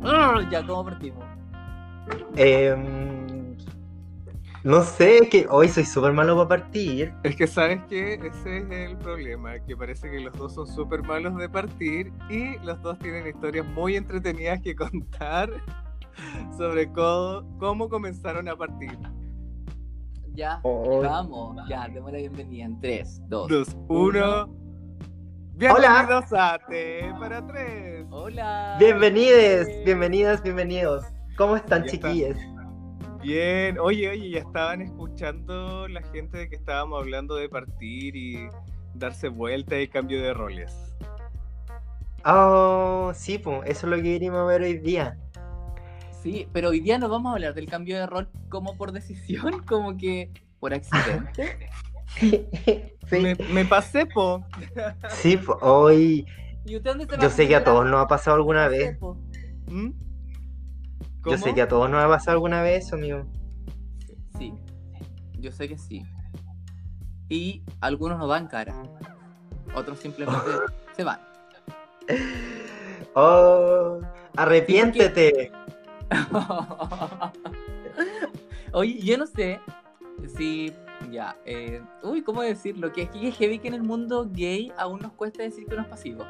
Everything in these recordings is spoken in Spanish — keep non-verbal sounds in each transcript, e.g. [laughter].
no, Ah, ya, ¿cómo partimos? Em, no sé, es que hoy soy súper malo para partir. Es que sabes que ese es el problema, que parece que los dos son súper malos de partir y los dos tienen historias muy entretenidas que [laughs] contar sobre cómo, cómo comenzaron a partir. Ya, Oh. vamos, ya, demos la bienvenida en 3, 2. Dos, uno. Bienvenidos a T para tres. Hola. Bienvenides, bienvenidas, bienvenidos. ¿Cómo están, Ya está. chiquillos? Bien, oye, oye, ya estaban escuchando la gente de que estábamos hablando de partir y darse vuelta y cambio de roles. Oh, sí, pues, eso es lo que queríamos ver hoy día. Sí, pero hoy día nos vamos a hablar del cambio de rol como por decisión, [laughs] como que por accidente. sí, Me, me pasé, po. sí, po, hoy. ¿Y usted dónde se va Yo sé que a todos acostumbrar? nos ha pasado alguna No sé, vez. po. ¿Mm? Yo sé que a todos nos ha pasado alguna vez, amigo. Sí, yo sé que sí. Y algunos nos dan cara, otros [laughs] simplemente se van. Oh, arrepiéntete. [laughs] Oye, yo no sé si. Ya, eh, uy, ¿cómo decirlo? Que es que es heavy que en el mundo gay aún nos cuesta decir que uno es pasivo.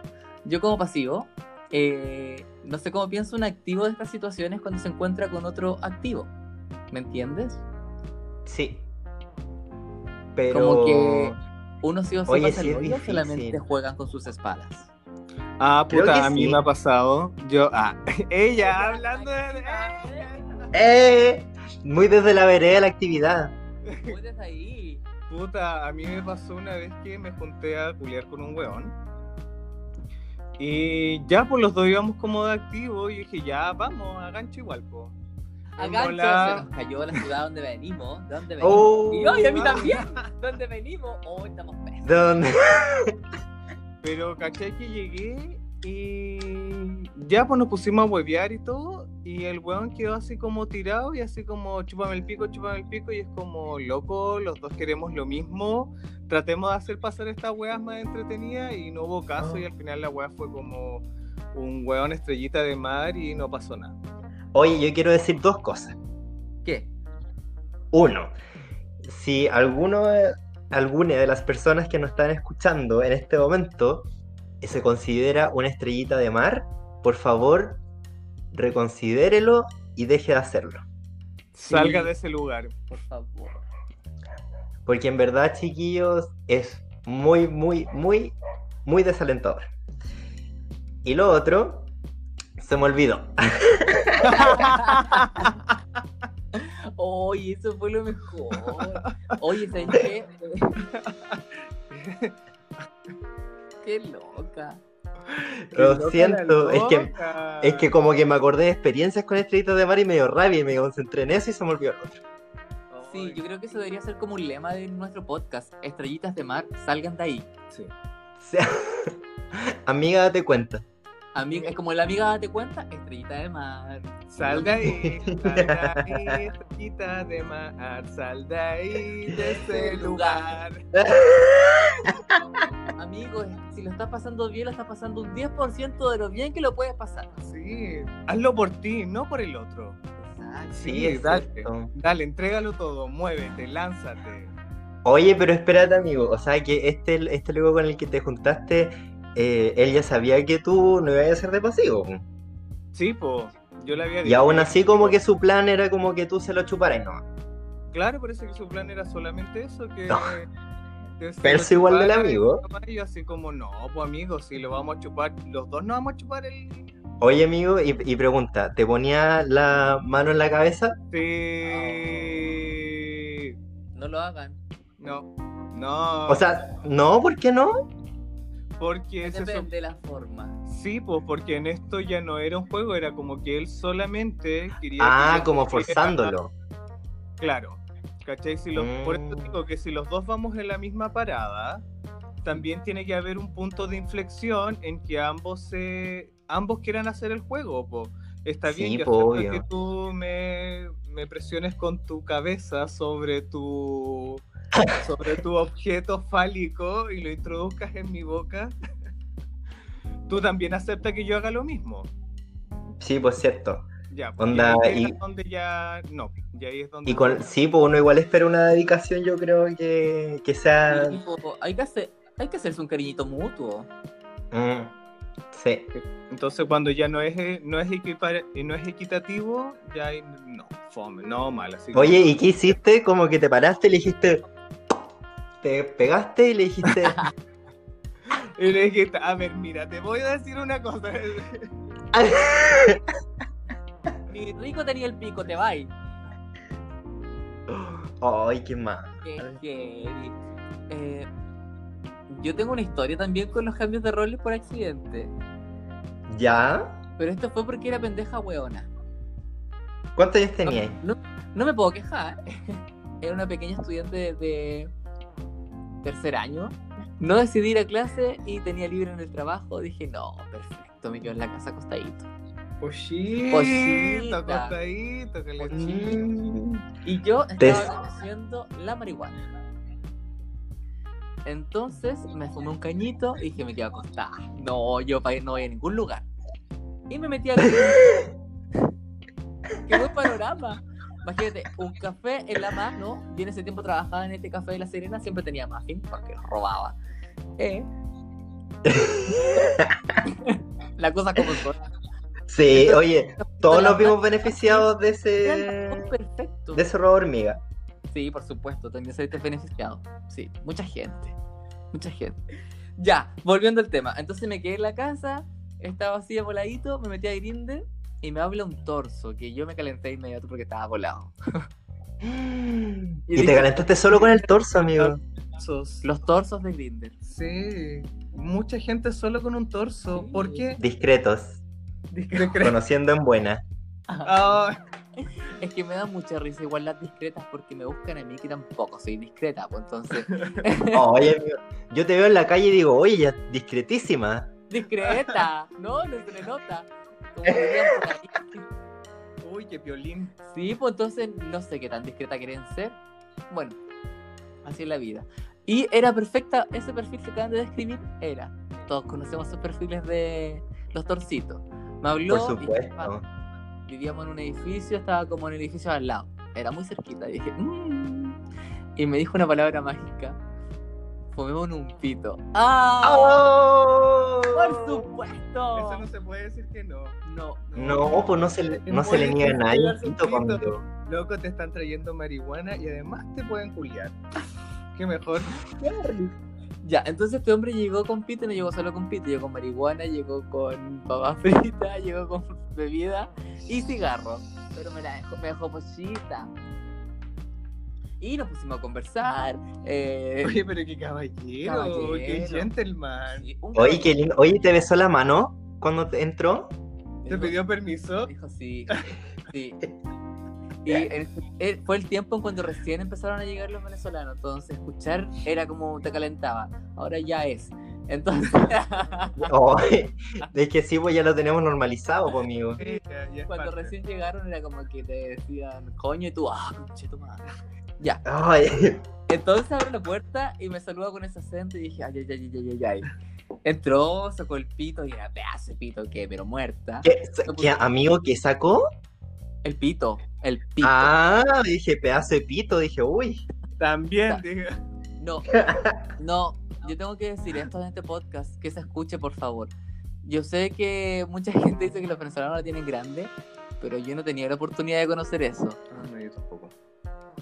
Yo, como pasivo, eh, no sé cómo piensa un activo de estas situaciones cuando se encuentra con otro activo. ¿Me entiendes? Sí. Pero. Como que uno sí o sí Oye, pasa sí el es hoyo, difícil. solamente juegan con sus espadas. Ah, Creo que puta, a mí sí. me ha pasado. Yo, ah, [laughs] ella hablando de. ¡Eh! Muy desde la vereda de la actividad. Puedes ahí. Puta, a mí me pasó una vez que me junté a culiar con un weón. Y ya, pues los dos íbamos como de activo. Y dije, ya, vamos, a gancho igual, po. A En gancho, volada. se nos cayó la ciudad donde venimos. ¿De dónde venimos? Oh. Y hoy a mí también. ¿Dónde venimos? Hoy estamos pésimos. ¿Dónde? Pero caché que llegué y ya pues nos pusimos a huevear y todo. Y el weón quedó así como tirado y así como chúpame el pico, chúpame el pico. Y es como loco, los dos queremos lo mismo. Tratemos de hacer pasar estas weas más entretenidas y no hubo caso. Ah. Y al final la wea fue como un weón estrellita de mar y no pasó nada. Oye, yo quiero decir dos cosas. ¿Qué? Uno, si alguno, de- alguna de las personas que nos están escuchando en este momento eh, se considera una estrellita de mar, por favor, reconsidérelo y deje de hacerlo. Salga de ese lugar. [laughs] Por favor. Porque en verdad, chiquillos, es muy, muy, muy, muy desalentador. Y lo otro, se me olvidó. [laughs] Oye, eso fue lo mejor. Oye, ¿sabes qué? qué loca. Lo Qué loca siento, la es que- loca. Es que como que me acordé de experiencias con estrellitas de mar y me dio rabia y me concentré en eso y se me olvidó el otro. Sí, yo creo que eso debería ser como un lema de nuestro podcast. Estrellitas de mar, salgan de ahí. Sí. O sea, [laughs] amiga, date cuenta. Ami- es como la amiga, date cuenta, estrellita de mar. Sal [laughs] de ahí, sal de ahí, estrellita de mar, sal de ahí, de ese lugar. Amigos, si lo estás pasando bien, lo estás pasando un 10% de lo bien que lo puedes pasar. Sí, hazlo por ti, no por el otro. Exacto. Sí, es dale. cierto. Dale, entrégalo todo, muévete, lánzate. Oye, pero espérate, amigo. O sea, que este, este luego con el que te juntaste, eh, él ya sabía que tú no ibas a ser de pasivo. po. Sí, po, yo le había dicho. Y aún así, como que su plan era como que tú se lo chuparas y no. Claro, parece que su plan era solamente eso, que... No. que se Pero lo es igual del chupara y amigo. Y yo así como, no, pues amigo, si lo vamos a chupar, los dos nos vamos a chupar el... Oye, amigo, y, y pregunta, ¿te ponía la mano en la cabeza? Sí. No lo hagan. No, no. O sea, no, ¿por qué no? porque se Depende sup- de la forma. Sí, pues porque en esto ya no era un juego, era como que él solamente quería. que [laughs] Ah, yo como estuviera- forzándolo. Claro. ¿Cachai? Si los- Por eso Mm. digo que si los dos vamos en la misma parada, también tiene que haber un punto de inflexión en que ambos se ambos quieran hacer el juego. po. Está Sí, bien yo po, acepto obvio. que tú me, me presiones con tu cabeza sobre tu sobre tu objeto fálico y lo introduzcas en mi boca. [laughs] Tú también acepta que yo haga lo mismo. Sí, pues cierto. Ya, Onda, y ahí y- es donde ya. No, y ahí es donde. Y con, sí, pues uno igual espera una dedicación, yo creo que, que sea... Y, tipo, hay, que hacer- hay que hacerse un cariñito mutuo. Mm, sí. Entonces, cuando ya no es, eh, no es, equipar- eh, no es equitativo, ya hay- no, fome, no, mal. Así que- Oye, ¿y qué hiciste? Como que te paraste y le dijiste... Te pegaste y le [laughs] dijiste... Y le dije, a ver, mira, te voy a decir una cosa. [laughs] Ni rico tenía el pico, te va. Ay, qué mal. Qué heavy. Eh, yo tengo una historia también con los cambios de roles por accidente. ¿Ya? Pero esto fue porque era pendeja hueona. ¿Cuántos años tenías? No, no me puedo quejar. [laughs] Era una pequeña estudiante de tercer año. No decidí ir a clase y tenía libre en el trabajo. Dije, no, perfecto, me quedo en la casa acostadito. Pochito, Pochita. acostadito, que le Mm. Y yo Te- estaba haciendo la marihuana. Entonces me fumé un cañito y dije, me quedo acostada. No, yo pa' no voy a ningún lugar. Y me metí a... ¡Qué buen panorama! Imagínate, un café en la mano. Y en ese tiempo trabajaba en este café de La Serena, siempre tenía muffin porque robaba. Eh. la cosa como son. Sí, oye, todos La nos vimos mano- beneficiados de ese... Era todo perfecto. Eh, De ese robo hormiga. [gasps] Sí, por supuesto, también se beneficiado. Sí, mucha gente. Mucha gente. Ya, volviendo al tema. Entonces me quedé en la casa, estaba así de voladito, me metí a Grindr y me habla un torso que yo me calenté de inmediato porque estaba volado. Y, dije- te calentaste solo con el torso, [laughs] amigo. Torsos. Los torsos de Grindr. [laughs] Sí, mucha gente solo con un torso. Sí. ¿Por qué? Discretos. Discre- Conociendo en buena. Ah, Es que me da mucha risa igual las discretas porque me buscan a mí que tampoco soy discreta, pues entonces. [laughs] Oye, amigo, yo te veo en la calle y digo, oye, ya discretísima. ¡Discreta! No, no se le nota. Como dirían por ahí. uy, qué violín. Sí, pues entonces no sé qué tan discreta quieren ser. Bueno, así es la vida. Y era perfecta, ese perfil que acaban de describir era. Todos conocemos esos perfiles de los torcitos. Me habló. Por y supuesto. vivíamos en un edificio, estaba como en el edificio al lado. Era muy cerquita. Y dije, "Mm". Y me dijo una palabra mágica. Fumemos un pito. ¡Ah! ¡Oh! ¡Por supuesto! Eso no se puede decir que no. Oh. No. No, pues no se, le- no Es se le muy niega a nadie un difícil pito darse un pito. conmigo. Loco, te están trayendo marihuana y además te pueden culiar. Qué mejor. Ya, entonces este hombre llegó con pito, no llegó solo con pito, llegó con marihuana, llegó con papa [laughs] frita, llegó con bebida y cigarro. Pero me la dejó, me dejó pochita. Y nos pusimos a conversar. eh, Oye, pero qué caballero, Caballero. qué gentleman. sí, un- Oye, qué lindo. Oye, ¿te besó la mano cuando te entró? Me ¿Te dijo- pidió permiso? me Dijo sí, [laughs] sí. Y en ese- eh, fue el tiempo en cuando recién empezaron a llegar los venezolanos, entonces escuchar era como te calentaba, ahora ya es. Entonces... [laughs] Ah. Oye, es que sí, pues ya lo tenemos normalizado pues, conmigo. Sí, ya- ya es Cuando parte. recién llegaron era como que te decían, coño, y tú, ah, conche tu madre. Ya, Ay, [laughs] entonces abro la puerta y me saluda con ese acento y dije, ay, ay, ay, ay, ay, ay. Entró, sacó el pito y era pedazo de pito, que, pero muerta. ¿qué, qué amigo que sacó? El pito, el pito. Ah, dije, pedazo de pito. Dije, uy. También, Ya. dije. No, no, yo tengo que decir esto en este podcast, que se escuche, por favor. Yo sé que mucha gente dice que los venezolanos la tienen grande, pero yo no tenía la oportunidad de conocer eso. Ah, No, yo tampoco.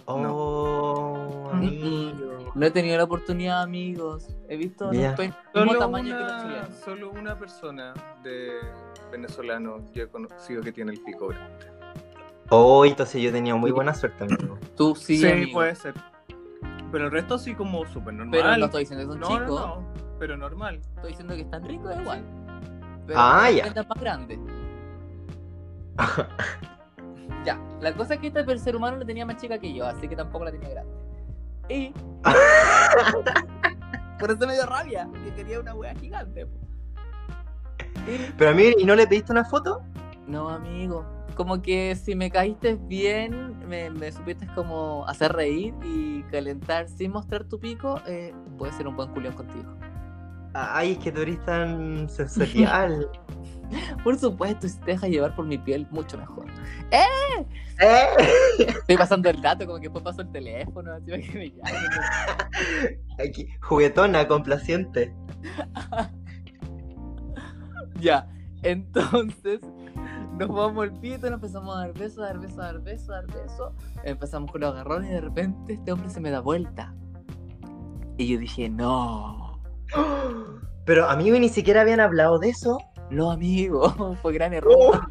Oh, Mm. amigo. No he tenido la oportunidad, amigos. He visto Ya. los penes del mismo Solo tamaño que los una, chilenos. solo una persona de venezolano yo he conocido que tiene el pico grande. Oh, entonces yo tenía muy buena suerte, amigo. Tú sí, amigo. puede ser. Pero el resto sí como súper normal. Pero no estoy diciendo que son no, chicos, no, no, pero normal. estoy diciendo que están ricos igual. Pero Ah, la ya. cuenta es más grande. [laughs] Ya, la cosa es que este ser humano la tenía más chica que yo, así que tampoco la tenía grande. [laughs] Y. Por eso me dio rabia, porque quería una wea gigante. po. Y- Pero a mí, ¿y no le pediste una foto? No, amigo. Como que si me caíste bien, me, me supiste como hacer reír y calentar sin mostrar tu pico, eh, puede ser un buen culión contigo. [laughs] Ay, es que tú eres tan sensorial. Por supuesto, si te dejas llevar por mi piel, mucho mejor. [laughs] ¡Eh! Estoy pasando el dato, como que después paso el teléfono, así para que me llamen. Aquí, juguetona, complaciente. Ya, entonces nos vamos al pito, nos empezamos a dar besos, a dar besos, a dar besos, a dar besos. Empezamos con los agarrones y de repente este hombre se me da vuelta. Y yo dije, no, Pero amigos ni siquiera habían hablado de eso. no amigo, [laughs] fue gran Oh. error.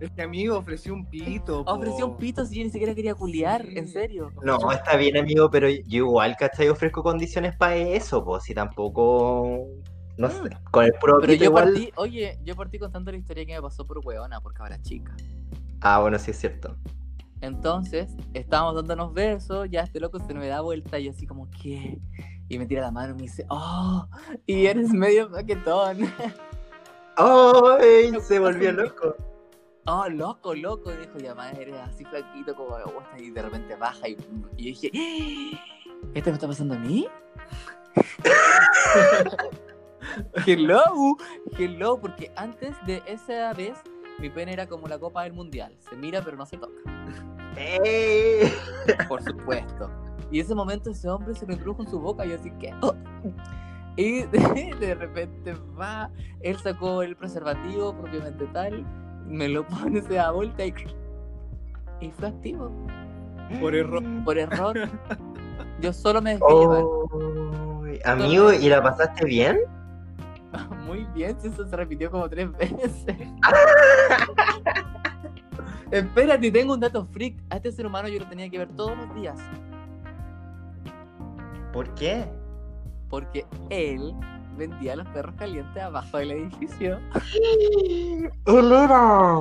Es que amigo ofreció un pito. po. Ofreció un pito si yo ni siquiera quería culiar, en serio. No, está bien, amigo, pero yo igual, ¿cachai? Ofrezco condiciones para eso, pues, si tampoco. No sé, con el propio. Pero yo igual... partí, oye, yo partí contando la historia que me pasó por hueona, por cabra chica. Ah, bueno, sí es cierto. Entonces, estábamos dándonos besos, ya este loco se me da vuelta y yo así como, ¿qué? Y me tira la mano y me dice, ¡oh! Y eres medio paquetón. [laughs] ¡Ay! Se volvió loco. ¡Oh, loco, loco! Y dijo, ya más eres así flaquito como me gusta y de repente baja y, y yo dije, ¿esto me está pasando a mí? [laughs] hello, hello, porque antes de esa vez mi pene era como la copa del mundial, se mira pero no se toca. ¡Ey! Por supuesto. Y ese momento ese hombre se me introdujo en su boca y yo así que... ¡oh! Y de repente va, él sacó el preservativo propiamente tal, me lo pone, se da vuelta y... Y fue activo, Por error. Mm. por error. Yo solo me dejé Oh, amigo, ¿y la pasaste bien? llevar. [laughs] Muy bien, si eso se repitió como tres veces. Espérate, tengo un dato freak. A este ser humano yo lo tenía que ver todos los días. ¿Por qué? porque él vendía los perros calientes abajo del edificio. ¡Él era!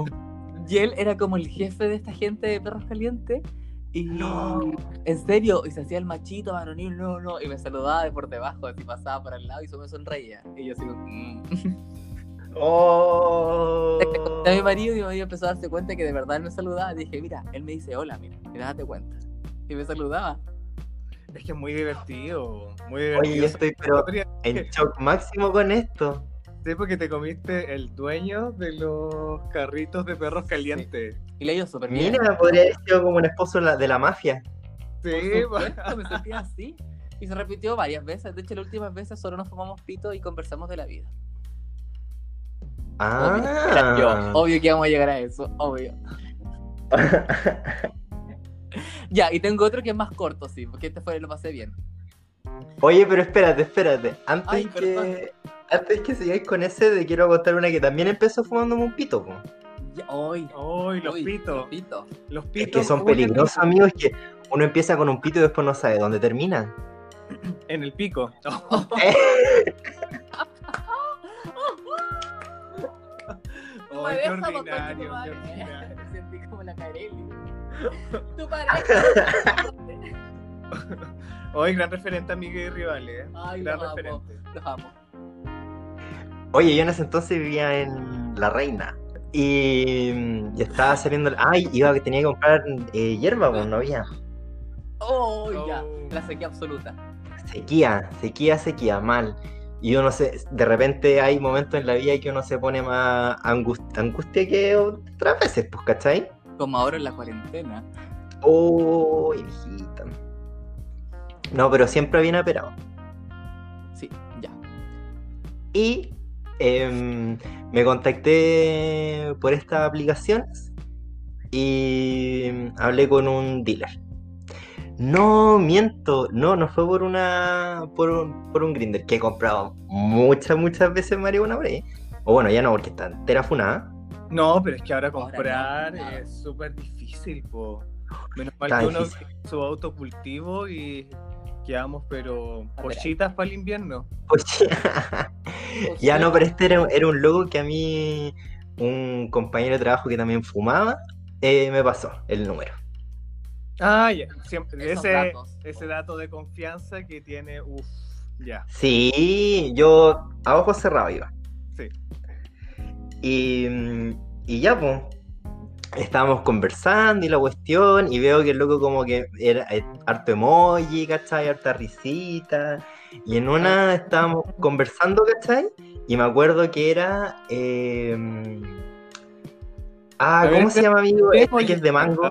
Y él era como el jefe de esta gente de perros calientes. Y No. en serio, y se hacía el machito varonil, no, no, y me saludaba de por debajo, así pasaba para el lado y solo me sonreía. Y yo así como, mm. ¡Oh! Le conté a [laughs] mi marido y mi marido empezó a darse cuenta que de verdad él me saludaba. Dije, mira, él me dice hola, mira, mira, date cuenta. Y me saludaba. Es que es muy divertido. Muy divertido. Oye, yo estoy pero Podría- en shock máximo con esto. Sí, porque te comiste el dueño de los carritos de perros calientes. Y le iba súper bien. Mira, podría haber sido como un esposo la- de la mafia. Sí, Por va. supuesto, me sentía así. Y se repitió varias veces. De hecho, las últimas veces solo nos fumamos pito y conversamos de la vida. Obvio, era Ah. Oh, [laughs] yo. oh. Obvio que vamos a llegar a eso, obvio. [laughs] Ya, y tengo otro que es más corto, sí, porque este fue lo pasé bien. Oye, pero espérate, espérate. Antes Ay, que. Antes que sigáis con ese, te quiero contar una que también empezó fumándome un pito. po. Ya, ¡Ay! Ay, los uy, pitos. los pitos. Los Es pitos. que son huelen peligrosos, amigos, es que uno empieza con un pito y después no sabe dónde termina. En el pico. No Ay, me qué ves, porque ordinario, tu madre- qué ordinario. [laughs] Me sentí como la Carelli. [laughs] Tu pareja. Hoy gran referente, amigo y rivales. ¿eh? Ay, Gran los amo, referente. los amo. Oye, yo en ese entonces vivía en La Reina. Y, mm, y estaba saliendo. Ay, iba que tenía que comprar eh, hierba, pues no había. ¡Oh, ya! Oh. La sequía absoluta. Sequía, sequía, sequía, mal. Y uno se. De repente hay momentos en la vida que uno se pone más angust- angustia que otras veces, pues, ¿cachai? Como ahora en la cuarentena. Oh, viejita. No, pero siempre bien aperado. Sí, ya. Y em, me contacté por estas aplicaciones y hablé con un dealer. No miento, no, no fue por una por un, por un grinder que he comprado muchas, muchas veces marihuana por ahí. O bueno, ya no, porque está entera funada. No, pero es que ahora Ahora comprar no, nada. es súper difícil, po. Menos mal Está que uno difícil. tiene su autocultivo y quedamos, pero Atrás. pollitas para el invierno. [laughs] Oye, ya no, pero este era, era un logo que a mí, un compañero de trabajo que también fumaba, eh, me pasó el número. Ah, ya. Siempre, Esos ese, datos. ese dato de confianza que tiene, uff, ya. Sí, yo a ojos cerrados iba. Sí. Y, mm, y ya, pues, estábamos conversando y la cuestión, y veo que el loco como que era eh, harto emoji, ¿cachai? Harta risita, Y en Ah. una estábamos conversando, ¿cachai? Y me acuerdo que era. eh, A Ah, ver, ¿cómo se llama, amigo? ¿qué Este que es de mango.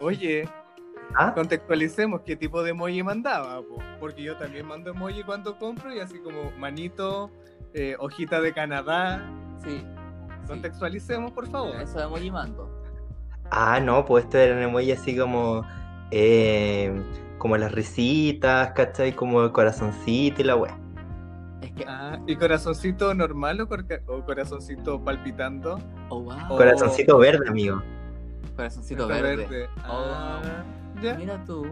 Oye, ¿Ah? contextualicemos qué tipo de emoji mandaba, po, porque yo también mando emoji cuando compro y así como manito, eh, hojita de Canadá. Sí. sí. Contextualicemos, por favor. Eso de emoji mando. Ah, no, pues este era un emoji así como. eh, como las risitas, ¿cachai? Como el corazoncito y la wea. Es que. Ah, ¿Y corazoncito normal o, corca- o corazoncito palpitando? Oh, wow. Oh. Corazoncito verde, amigo. Corazoncito Está verde. Oh, Ah, ya. Mira tú.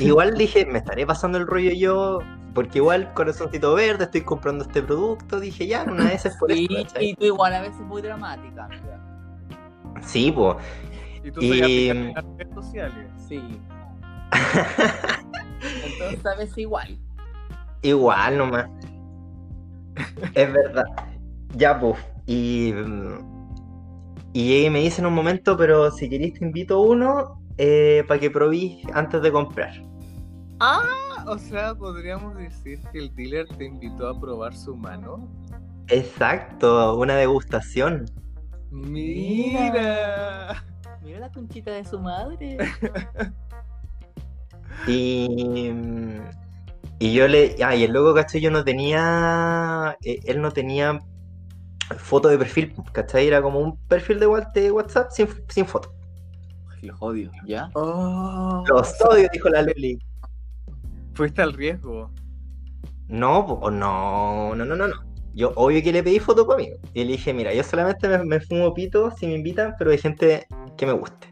Igual dije, me estaré pasando el rollo yo, porque igual corazoncito verde, estoy comprando este producto, dije ya, una vez es [laughs] por Y, esto, ¿cachai? y tú igual a veces muy dramática. amiga. Sí, pues. Y tú Y- soy mm. aplicante en las redes sociales. Sí. [laughs] Entonces a veces igual. Igual nomás. Es verdad. Ya, pues. Y, mm, y ella me dice en un momento, pero si querés te invito uno para que probís antes de comprar. Ah, O sea, podríamos decir que el dealer te invitó a probar su mano. Exacto, una degustación. Mira. Mira la conchita de su madre. Y, mm, y yo le... Ah, y el loco, ¿cachai? Yo no tenía... eh, Él no tenía foto de perfil, ¿cachai? Era como un perfil de wa- de WhatsApp sin, sin foto. Los odio, ¿ya? Oh, Los odio, dijo la Luli. Fuiste al riesgo. No, po, oh, no, no, no, no, no. Yo obvio que le pedí foto para mí. Y le dije, mira, yo solamente me, me fumo pito si me invitan, pero hay gente que me guste.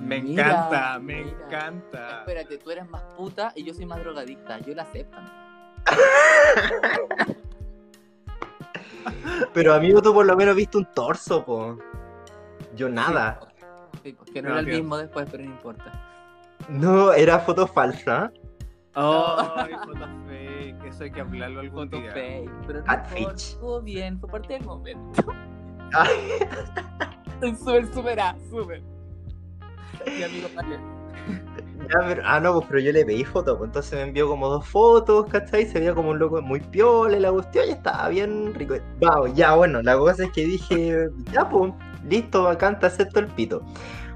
Me Mira, encanta, me mira. encanta. Espérate, tú eres más puta y yo soy más drogadicta. Yo la aceptan. Pero amigo, tú por lo menos viste un torso, po. Yo nada. Sí, porque no No, era el Dios. mismo después, pero no importa. No, era foto falsa. Ay, fotos fake. Eso hay Oh, que hablarlo algún Foto día. fake. Pero no Catfish. importa, estuvo bien, fue parte del [laughs] momento. Estoy súper, súper A, súper. Y amigo, vale. Ya, pero- ah, no, pues, pero yo le pedí foto, po. Entonces me envió como dos fotos, ¿cachai? Se veía como un loco muy piola y la cuestión y estaba bien rico. Wow, ya, bueno, la cosa es que dije, [laughs] ya, pues, listo, bacán, te acepto el pito.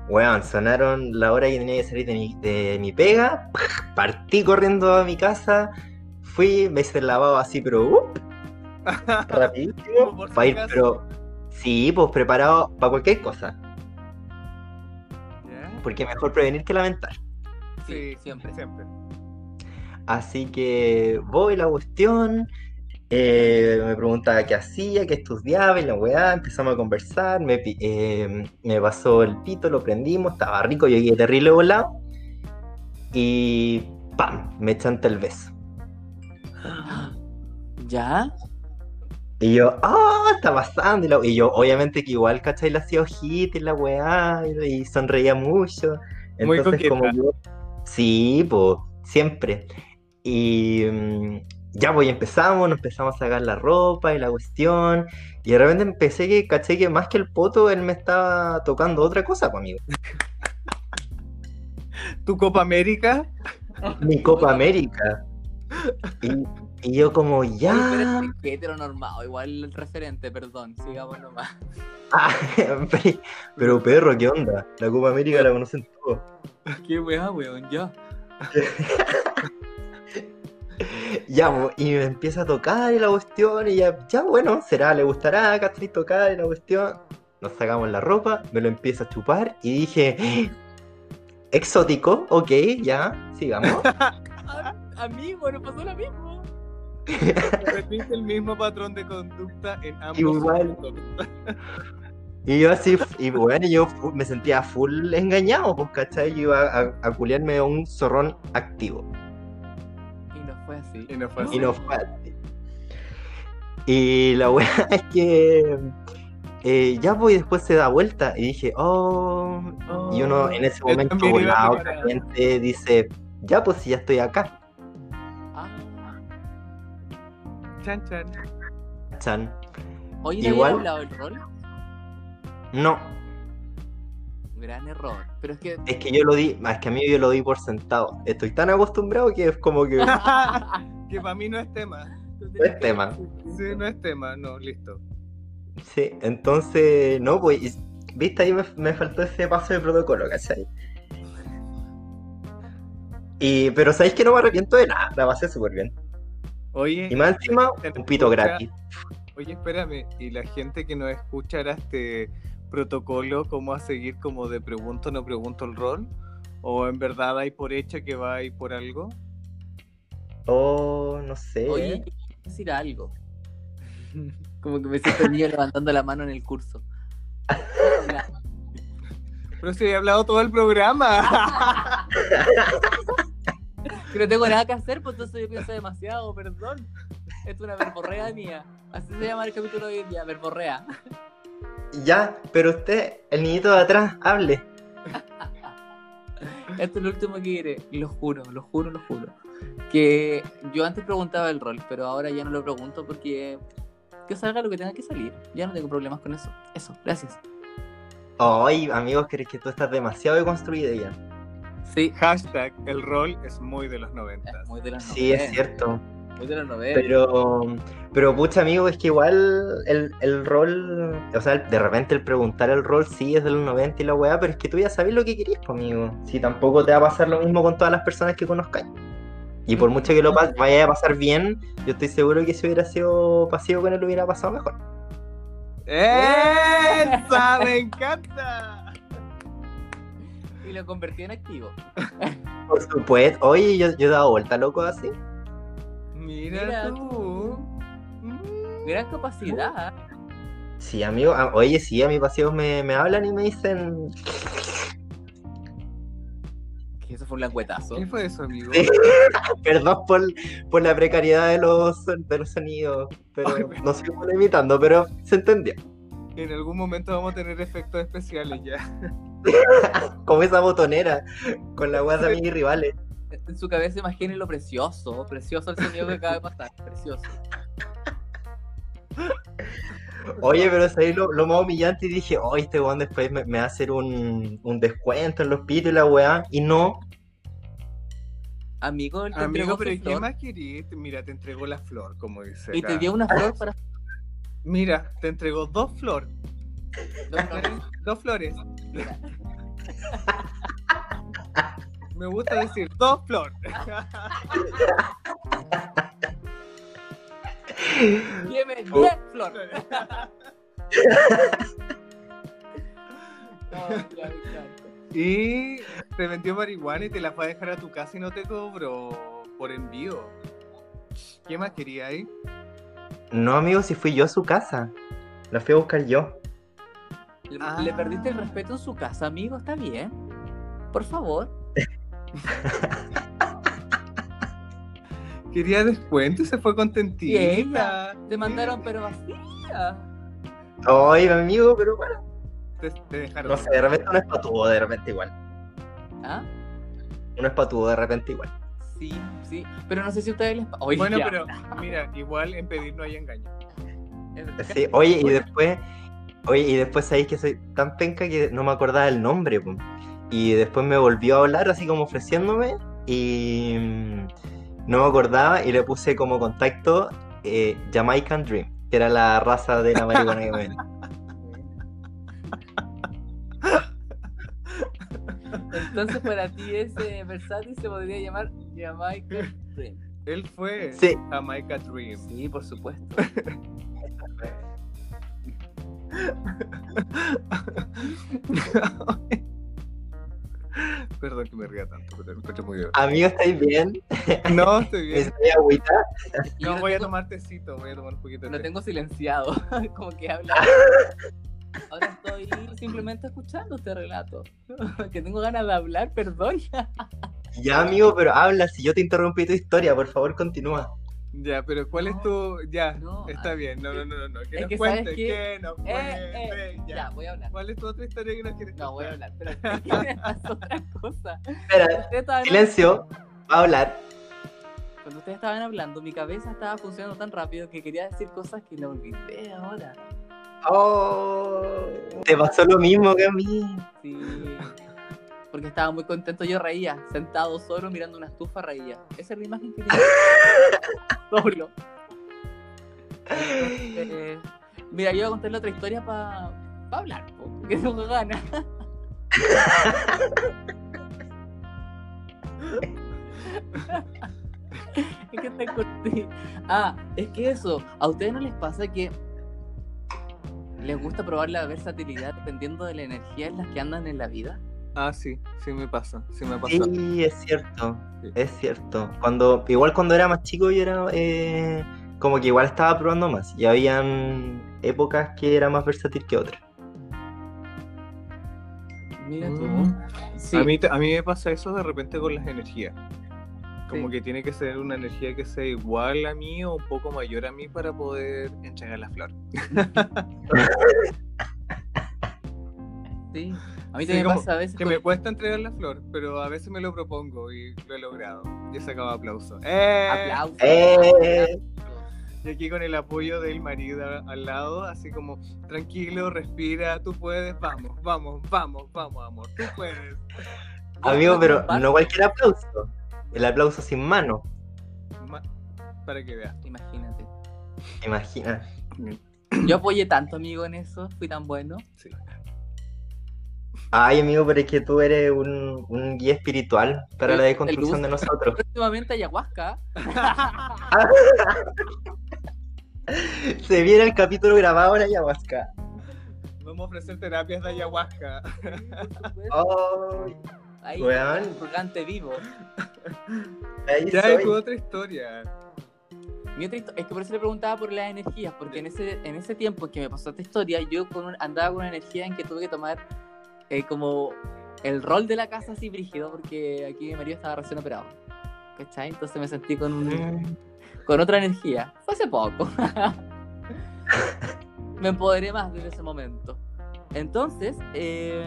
Weón, sonaron la hora que tenía que salir de mi, de mi pega, [laughs] partí corriendo a mi casa, fui, me hice el lavado así, pero [laughs] up, Como rapidísimo, por si para ir, acaso. pero sí, pues preparado para cualquier cosa, ¿Ya? porque mejor prevenir que lamentar. Sí, siempre. Siempre. Así que voy la cuestión. eh, me preguntaba qué hacía, qué estudiaba y la weá. Empezamos a conversar. Me, pi- eh, me pasó el pito, lo prendimos. Estaba rico, yo llegué terrible volado. Y ¡pam! Me chanta el beso. ¿Ya? Y yo, ¡ah! Está pasando. Y, la- y yo, obviamente, que igual, ¿cachai? Le hacía ojitos y la weá. Y, y sonreía mucho. Muy Entonces, como coqueta. yo. Sí, pues, siempre. Y mm, ya, pues, y empezamos, nos empezamos a sacar la ropa y la cuestión. Y de repente empecé que, caché que más que el poto, él me estaba tocando otra cosa conmigo. ¿Tu Copa América? Mi Copa América. Y, y yo, como, Oye, ya. [laughs] espérate, que heteronormado, igual el referente, perdón, sigamos nomás. [laughs] Ah, pero, perro, ¿qué onda? La Copa América la conocen todos. Qué weá, weón, ya. Ya, bo, y me empieza a tocar y la cuestión, y ya, ya bueno, será, le gustará, ¿cachai? Tocar y la cuestión. Nos sacamos la ropa, me lo empieza a chupar y dije, "¡Ah! exótico, ok, ya, sigamos. Amigo, no pasó lo mismo. Repite el mismo patrón de conducta en ambos. Igual. sexos. y yo así, y bueno, y yo fu- me sentía full engañado, pues, ¿cachai? Yo iba a, a culiarme a un zorrón activo. Y no fue así. Y no fue así. Y no fue así. Y la [laughs] weá es que eh, ya voy, después se da vuelta y dije, oh, Y uno en ese Ah, Yo momento también iba volado, preparado. caliente, dice, ya pues si ya estoy acá, Ah. Chan, chan. [laughs] chan. Oye, ¿no Igual- había doblado el rol? No, gran error. Pero es [laughs] que. Es que yo lo di, más que a mí yo lo di por sentado. Estoy tan acostumbrado que es como [laughs] que no que para mí no es tema. es tema. Sí, no es tema, no, listo. Sí, entonces, no, pues, y- viste, ahí me, me faltó ese paso de protocolo, ¿cachai? Y, pero sabéis que no me arrepiento de nada, la pasé súper bien. Oye, Y más encima, un pito gratis. Oye, espérame, y la gente que no escucha hará este protocolo, ¿cómo a seguir como de pregunto no pregunto el rol? ¿O en verdad hay por hecho que va a ir por algo? Oh, no sé. Oye, yo quiero decir [laughs] algo. Como que me siento el niño levantando la mano en el curso. Mira, Pero si he hablado todo el programa. [laughs] que no tengo nada que hacer, pues entonces yo pienso demasiado, perdón. Esto es una verborrea mía. Así se llama el capítulo de hoy en día, verborrea. Ya, pero usted, el niñito de atrás, hable. Esto Este es lo último que diré, lo juro, lo juro, lo juro. Que yo antes preguntaba el rol, pero ahora ya no lo pregunto porque que salga lo que tenga que salir. Ya no tengo problemas con eso. Eso, gracias. Ay, amigos, crees que tú estás demasiado deconstruida ya. Sí, Hashtag, el rol es muy de los 90. es muy de las Sí, es novelas, cierto. Muy de las novelas. Pero, pero pucha, amigo, es que igual el, el rol, o sea, de repente el preguntar el rol sí es de los 90 y la weá, pero es que tú ya sabes lo que querías, pues, amigo. Si tampoco te va a pasar lo mismo con todas las personas que conozcas. Y por mucho que lo pas- vaya a pasar bien, yo estoy seguro que si hubiera sido pasivo con él, lo hubiera pasado mejor. [laughs] ¡Esa! ¡Me encanta! Y lo convertí en activo. Por supuesto. Oye, yo, yo he dado vuelta, loco, así. Mira, Mira tú. Mm, Gran capacidad. Sí, amigo. ah, Oye, sí, a mis pasivos me, me hablan y me dicen, Que eso fue un languetazo. ¿Qué fue eso, amigo? Sí. Perdón por, por la precariedad de los, de los sonidos, pero no sé cómo lo imitando, pero se entendió. En algún momento vamos a tener efectos especiales ya. Como esa botonera con la guasa de mis rivales. En su cabeza imaginen lo precioso, precioso el sonido que acaba de pasar, precioso. Oye, pero salí lo, lo más humillante y dije, oye, este weón después me, me va a hacer un, un descuento en los pitos y la weá. Y no, Amigo, él [laughs] te Amigo, entregó pero su ¿qué flor más querís? Mira, te entregó la flor, como dice. y te la- dio una flor para Mira, te entregó dos flores. dos flores. Dos [laughs] flores. Me gusta decir dos flores. Dime, diez flor. No, ya, exacto. Y te vendió marihuana y te la fue a dejar a tu casa y no te cobró por envío. ¿Qué más quería ahí? no, amigo, si fui yo a su casa. La fui a buscar yo. Le, Ah. le perdiste el respeto en su casa, amigo, está bien. Por favor. Quería descuento y se fue contentita. Te mandaron pero ah. vacía. Oye, amigo, pero bueno. Te, te dejaron. No sé, de repente uno es patudo, de repente igual. ¿Ah? Uno es patudo, de repente igual. Sí, sí. Pero no sé si a ustedes les pa- Oye, Bueno, ya. pero mira, igual en pedir no hay engaño. Es verdad. Sí, oye, y después, oye, y después sabéis que soy tan penca que no me acordaba el nombre, po. y después me volvió a hablar así como ofreciéndome, y mm, no me acordaba, y le puse como contacto eh, Jamaican Dream, que era la raza de la marihuana que [laughs] me vendía. Entonces para ti ese versátil se podría llamar Jamaica Dream. Él fue Sí. Jamaica Dream. Sí, por supuesto. Perdón que me ría tanto, pero me encuentro muy bien. Amigo, ¿estáis bien? [laughs] No, estoy bien. ¿Estáis agüita? Y [laughs] No, lo voy a tengo- tomar tecito, voy a tomar un poquito de Lo té. tengo silenciado, [laughs] como que [laughs] habla. Ahora estoy simplemente escuchando este relato. [laughs] Que tengo ganas de hablar, perdón. [laughs] Ya, amigo, pero habla, si yo te interrumpí tu historia, por favor, continúa. Ya, pero ¿cuál es No, tu...? Ya, no, está ah, bien, no, no, no, no, no. que es nos que ¿sabes cuentes, qué? que nos Eh, cuentes, eh, ya. Ya, voy a hablar. ¿Cuál es tu otra historia que nos quieres No, voy a contar? hablar. Pero [laughs] es otra cosa. Espera, Ustedes estaban- silencio, va a hablar. Cuando ustedes estaban hablando, mi cabeza estaba funcionando tan rápido que quería decir cosas que la olvidé ahora. Oh. Te pasó lo mismo que a mí. Sí, porque estaba muy contento. Yo reía, sentado solo mirando una estufa, reía. Esa es la imagen que tenía. solo. Entonces, Eh, mira, yo voy a contarle otra historia para hablar, po, que tengo ganas. es que te corté. Ah, es que eso, ¿a ustedes no les pasa que les gusta probar la versatilidad dependiendo de la energía en las que andan en la vida? Ah, sí, sí me pasa, sí me pasa. Sí, es cierto, Sí. es cierto. Cuando, igual cuando era más chico yo era eh, como que igual estaba probando más y habían épocas que era más versátil que otras. Mira tú. Mm. Sí. A, mí, te- a mí me pasa eso de repente con las energías. Como Sí. que tiene que ser una energía que sea igual a mí o un poco mayor a mí para poder entregar la flor. Sí. A mí Sí, también me como pasa a veces. Que con- me cuesta entregar la flor, pero a veces me lo propongo y lo he logrado. Y he sacado aplauso. ¡Eh! Aplausos. ¡Eh! Y aquí con el apoyo del marido a- al lado, así como, tranquilo, respira, tú puedes, vamos, vamos, vamos, vamos, amor, tú puedes. Amigo, pero Comparto. no cualquier aplauso. El aplauso sin mano, Ma- para que veas. Imagínate. imagina. Yo apoyé tanto, amigo, en eso. Fui tan bueno. Ay, amigo, pero es que tú eres un, un guía espiritual para El- la desconstrucción el de [laughs] nosotros. Próximamente ayahuasca. Se viene el capítulo grabado en ayahuasca. Vamos a ofrecer terapias de ayahuasca. Ay, Ahí, Weón. purgante vivo. ahí Ya soy. hay otra historia. Mi otra histo- es que por eso le preguntaba por las energías, porque en ese, en ese tiempo que me pasó esta historia, yo con un- andaba con una energía en que tuve que tomar eh, como el rol de la casa así brígido, porque aquí mi marido estaba recién operado. ¿Cachai? Entonces me sentí con, un- con otra energía. Fue hace poco. [laughs] me empoderé más desde ese momento. Entonces, eh,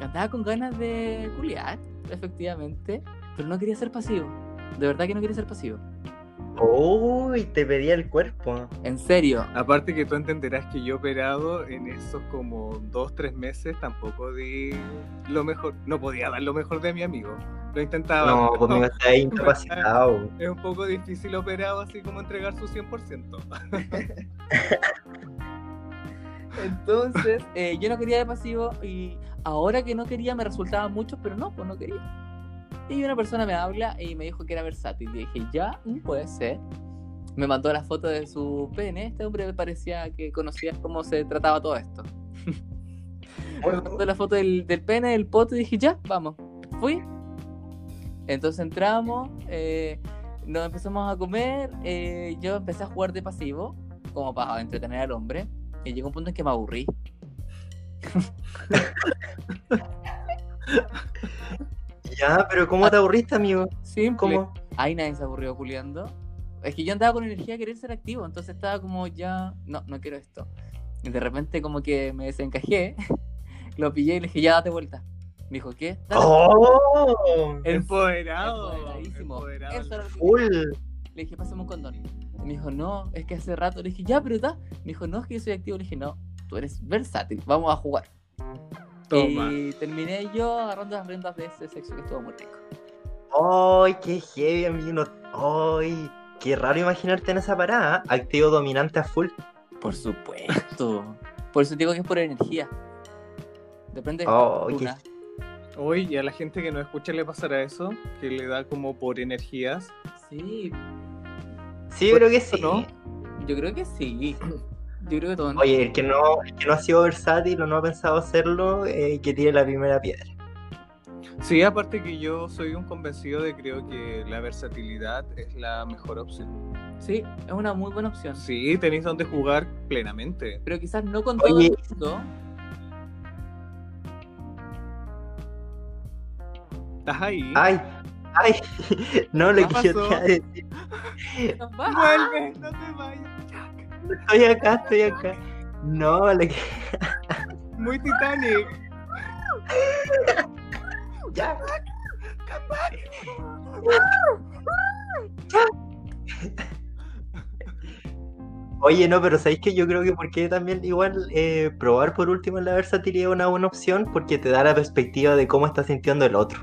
andaba con ganas de culiar, efectivamente, pero no quería ser pasivo. De verdad que no quería ser pasivo. Uy, te pedía el cuerpo. En serio, Aparte que tú entenderás que yo he operado en esos como dos, tres meses, tampoco di lo mejor, no podía dar lo mejor de mi amigo. Lo intentaba. No, pero pues amigo, estás incapacitado. Es un poco difícil operado así como entregar su 100%. Entonces, eh, yo no quería de pasivo y ahora que no quería me resultaba mucho, pero no, pues no quería. Y una persona me habla y me dijo que era versátil. Y dije, ya, mm, puede ser. Me mandó la foto de su pene. Este hombre me parecía que conocía cómo se trataba todo esto. me mandó la foto del, del pene, del poto y dije, ya, vamos. Fui. Entonces entramos, eh, nos empezamos a comer. eh, yo empecé a jugar de pasivo, como para entretener al hombre. Y llegó un punto en que me aburrí. Ya, pero Ah. ¿cómo te aburriste, amigo? Simple. ¿Cómo? Ahí nadie se aburrió culiando. Es que yo andaba con energía de querer ser activo, entonces estaba como ya, no, no quiero esto. Y de repente como que me desencajé, [laughs] lo pillé y le dije, ya date vuelta. Me dijo, ¿qué? Date ¡Oh! En- Empoderado. Empoderadísimo. empoderado. Eso era lo que- ¡Full! Le dije, pásame un condón. Y me dijo, no, es que hace rato. Le dije, ya, pero está. Me dijo, no, es que yo soy activo. Le dije, no, tú eres versátil, vamos a jugar. Toma. Y terminé yo agarrando las rentas de ese sexo que estuvo muy rico. ¡Ay, qué heavy, amigo! ¡Ay! Qué raro imaginarte en esa parada. ¿eh? Activo dominante a full. Por supuesto. Por eso digo que es por energía. Depende de Oh, tu qué- luna. Hoy, y a la gente que no escucha le pasará eso, que le da como por energías. Sí, Sí, yo creo que sí. ¿No? yo creo que sí. Yo creo que todo. Oye, el que, no, el que no ha sido versátil o no ha pensado hacerlo, eh, que tire la primera piedra. Sí, aparte que yo soy un convencido de creo que la versatilidad es la mejor opción. Sí, es una muy buena opción. Sí, tenéis donde jugar plenamente. Pero quizás no con Oye. todo el mundo. ¿Estás ahí? ¡Ay! ¡Ay! [laughs] No, lo que ¿Qué yo te iba pasó? a decir. ¡Vuelve! ¡No te vayas, Jack! Estoy acá, estoy acá. No, lo que... ¡Muy Titanic! ¡Ya! Oye, no, pero sabéis que yo creo que porque también igual eh, probar por último la versatilidad es una buena opción porque te da la perspectiva de cómo está sintiendo el otro.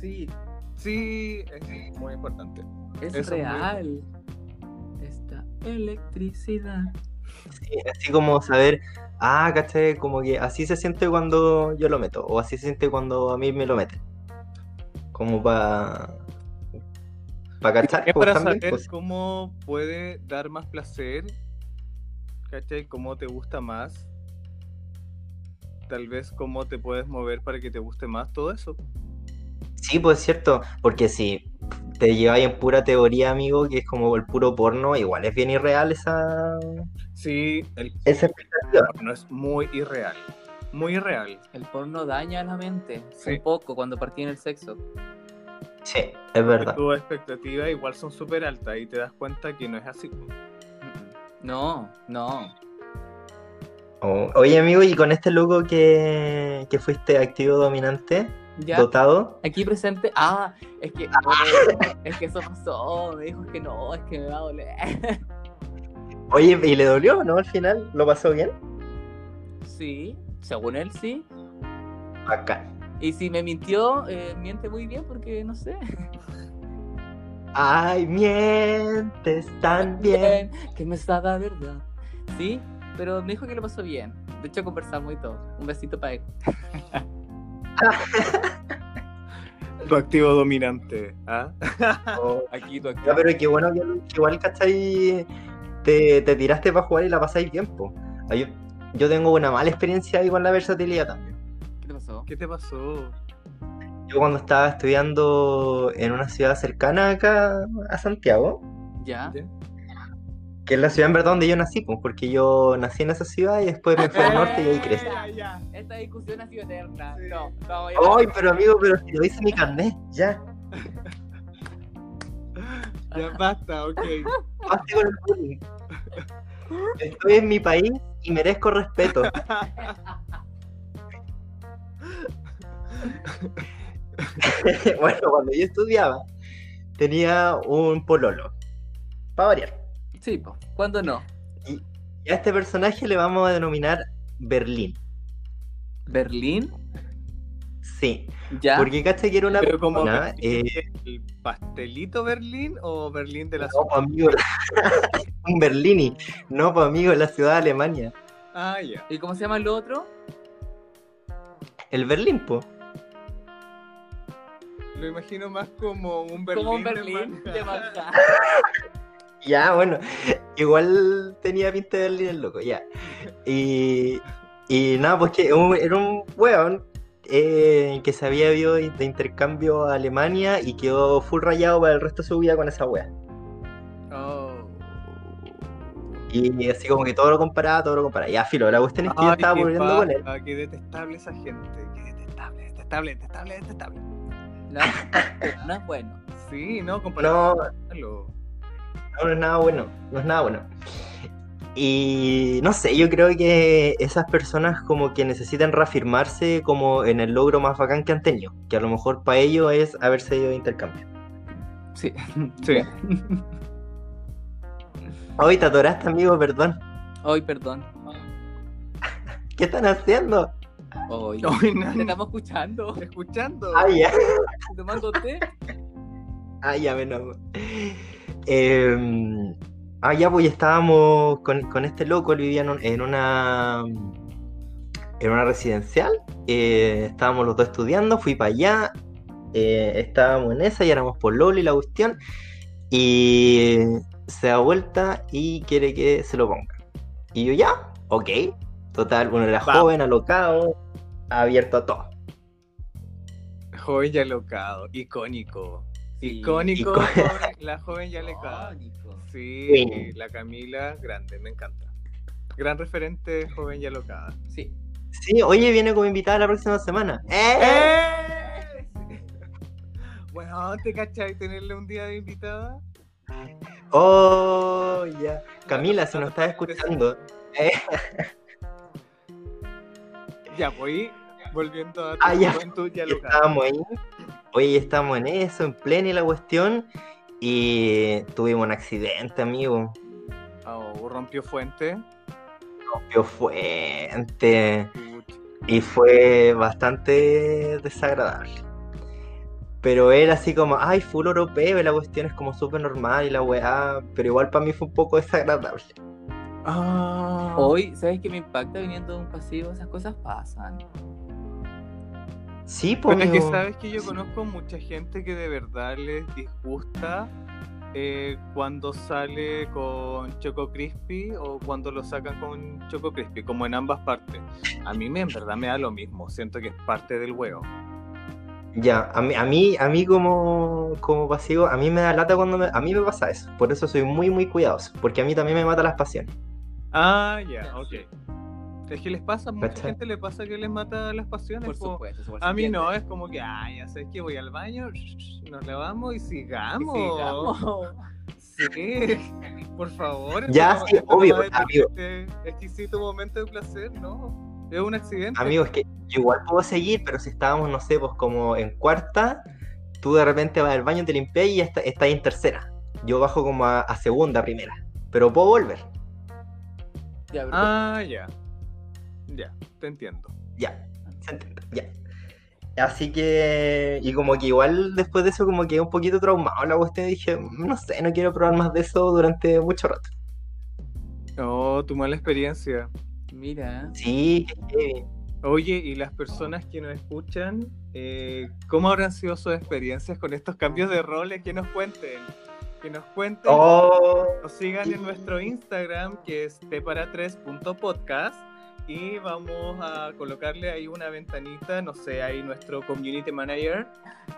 Sí, Sí, es muy importante. es Eso es muy real. Esta electricidad. Sí, así como saber, ah, ¿cachai? Como que así se siente cuando yo lo meto, o así se siente cuando a mí me lo meten. Como para. Para cachar, Es pues, para también, saber pues. cómo puede dar más placer, ¿cachai? Cómo te gusta más. Tal vez cómo te puedes mover para que te guste más todo eso. Sí, pues es cierto, porque si te lleváis en pura teoría, amigo, que es como el puro porno, igual es bien irreal esa. Sí, el esa... porno es muy irreal. Muy irreal. El porno daña la mente Sí. un poco cuando partí en el sexo. Sí, es verdad. Tus expectativas igual son súper altas y te das cuenta que no es así. No, no. Oh, Oye, amigo, y con este loco que, que fuiste activo dominante, Ya. dotado, Aquí presente. Ah, es [laughs] que. es que eso pasó. Me dijo que no, es que me va a doler. oye, ¿y le dolió, no? Al final, ¿lo pasó bien? Sí, según él sí. Acá. Y si me mintió, eh, miente muy bien porque no sé. Ay, mientes tan bien. Bien, [laughs] que me estaba la verdad. Sí, pero me dijo que lo pasó bien. De hecho, conversamos y todo. Un besito para él. Tu activo dominante. ¿ah? [laughs] Oh, Aquí, tú, aquí. ya, pero qué bueno que, que igual, ¿cachai? Te, te tiraste para jugar y la pasáis bien, po. Ay, Yo, yo tengo una mala experiencia ahí con la versatilidad también. ¿Qué te pasó? ¿Qué te pasó? Yo cuando estaba estudiando en una ciudad cercana acá a Santiago, ¿Ya? ¿Ya? que es la ciudad en verdad donde yo nací, pues, porque yo nací en esa ciudad y después me fui al norte y ahí crecí. Ya, ya. Esta discusión ha sido eterna. Sí. No, no, ya. Ay, pero amigo, pero si lo hice mi carnet, ya. Ya basta, ok. Basta con el bullying. Estoy en mi país y merezco respeto. [laughs] bueno, cuando yo estudiaba, tenía un pololo. Para variar. Sí, po. ¿Cuándo no? Y a este personaje le vamos a denominar Berlín. ¿Berlín? Sí. ¿Ya? Porque caché que era una Pero como persona. eh, el pastelito Berlín o Berlín de la no, ciudad. pues, amigo. [laughs] un Berlini. No, pues amigo, la ciudad de Alemania. Ah, ya. ¿Y cómo se llama el otro? El Berlín, pues. Lo imagino más como un Berlín. Como un de Berlín de Manhattan. Manhattan. Ya, bueno, igual tenía pinta de Berlín el loco, ya. Y, y nada, pues que un- era un weón eh, que se había ido de intercambio a Alemania y quedó full rayado para el resto de su vida con esa wea. Oh. Y así como que todo lo comparaba, todo lo comparaba. Ya, filo, la cuestión es que yo Ay, estaba qué volviendo con él. paja, Qué detestable esa gente. Qué detestable, detestable, detestable, detestable. No, no es bueno. Sí, no, No, comparado. No. No, no es nada bueno, no es nada bueno. Y no sé, yo creo que esas personas como que necesitan reafirmarse como en el logro más bacán que han tenido, que a lo mejor para ellos es haberse ido de intercambio. Sí. Sí. Hoy te atoraste, amigo, perdón. Hoy, perdón. ¿Qué están haciendo? Hoy. [laughs] Ay, no, Te no. estamos escuchando. Escuchando. Ay, Ah, ya, Tomando té. ay, Ah, ya, menos. Eh, ah, ya, pues estábamos con, con este loco, él vivía en, un- en una... En una residencial, eh, estábamos los dos estudiando, fui para allá, eh, estábamos en esa y éramos por Loli la cuestión. Y se da vuelta y quiere que se lo ponga. Y yo ya, ok. Total, uno era Vamos. joven, alocado, abierto a todo. Joven y alocado. Icónico. Sí. Icónico. Icó- joven- la joven y alocada. Sí, Sí. la Camila, grande, me encanta. Gran referente, joven y alocada. Sí. Sí, oye, viene como invitada la próxima semana. ¡Eh! ¡Eh! [laughs] Bueno, ¿te cachai tenerle un día de invitada? ¡Oh, ya! Camila, si nos estás escuchando. Ya, voy volviendo a tu Ah, ya. juventud y Y alocada. estábamos ahí. Oye, estábamos en eso, en plena y la cuestión. Y tuvimos un accidente, amigo. o Oh, rompió fuente. Rompió fuente. Y fue bastante desagradable. Pero él así como, ay, full europeo, y la cuestión es como súper normal y la weá. Pero igual para mí fue un poco desagradable. Ah, Hoy, ¿sabes qué me impacta viniendo de un pasivo? Esas cosas pasan. Sí, pues. Pero es que sabes que yo conozco mucha gente que de verdad les disgusta eh, cuando sale con Choco Crispy o cuando lo sacan con Choco Crispy, como en ambas partes. A mí me, en verdad me da lo mismo, siento que es parte del huevo. Ya, a mí, a mí, a mí como, como pasivo, a mí me da lata cuando me- a mí me pasa eso. Por eso soy muy, muy cuidadoso. Porque a mí también me mata las pasiones. Ah, ya, ok. Es que les pasa, mucha ¿Cachai? gente le pasa que les mata las pasiones. Por po. supuesto. eso A mí entiende. no, es como que, ay, ya sabes que voy al baño, nos lavamos y Y sigamos. sigamos. Sí, [laughs] por favor. Ya, esto no- sí, esto no obvio, va a detener amigo. este exquisito momento de placer, ¿no? Es un accidente. Amigo, es que yo igual puedo seguir, pero si estábamos, no sé, pues como en cuarta, tú de repente vas al baño, te limpias y ya está- estás en tercera. Yo bajo como a, a segunda, primera. Pero puedo volver. Ya, pero- Ah, ya. Ya, te entiendo. Ya, se entiende, ya. Así que, y como que igual después de eso, como que un poquito traumado la cuestión, dije, no sé, no quiero probar más de eso durante mucho rato. Oh, tu mala experiencia. Mira. Sí, qué heavy. Oye, y las personas que nos escuchan, eh, ¿cómo habrán sido sus experiencias con estos cambios de roles? Que nos cuenten. Que nos cuenten. Oh, Nos sigan en nuestro Instagram que es tepara3.podcast y vamos a colocarle ahí una ventanita, no sé, ahí nuestro community manager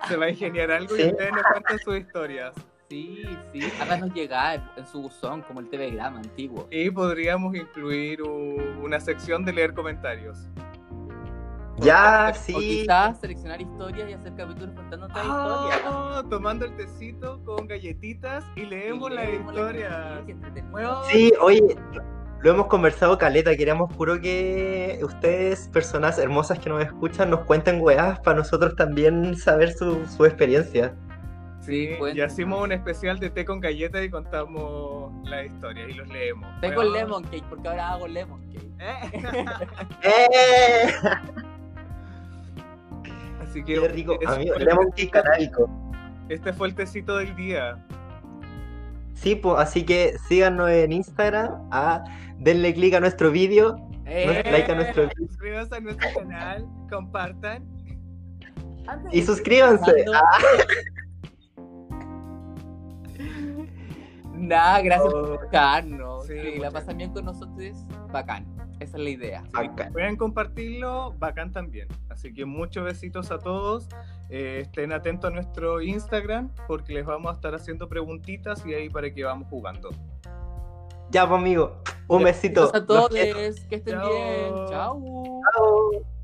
se va a ingeniar algo y Sí. ustedes nos cuentan sus historias. Sí, sí. Háganos llegar en su buzón, como el telegrama antiguo. Y podríamos incluir u- una sección de leer comentarios. ya, O sí. quizás seleccionar historias y hacer capítulos contando otra historia. Ah, tomando el tecito con galletitas y leemos las historias. Weón. Sí, oye, lo hemos conversado caleta, queremos juro que ustedes, personas hermosas que nos escuchan, nos cuenten weas para nosotros también saber su, su experiencia. Sí, Sí, y cuéntenos. hacemos un especial de té con galletas y contamos las historias y los leemos. Tengo Weón. lemon cake, porque ahora hago lemon cake. Eh. ¡Eh! Así que Qué rico, ese amigo, fue el lemon cake tecito- canábico. Este fue el tecito del día. Sí, pues, así que síganos en Instagram, a, denle click a nuestro vídeo, Eh, no- like a nuestro vídeo Suscríbanse a nuestro canal, compartan. antes y de- suscríbanse. Ah. Cuando- [laughs] Nada, gracias Oh. por escucharnos. Sí, que la muchas pasan bien con nosotros, bacán. Esa es la idea. Acá. Pueden compartirlo, bacán también. Así que muchos besitos a todos. Eh, estén atentos a nuestro Instagram porque les vamos a estar haciendo preguntitas y ahí para que vamos jugando. Ya, pues, amigo, un Besitos besito. a Los todos, quiero. que estén Chao. bien. Chao. Chao.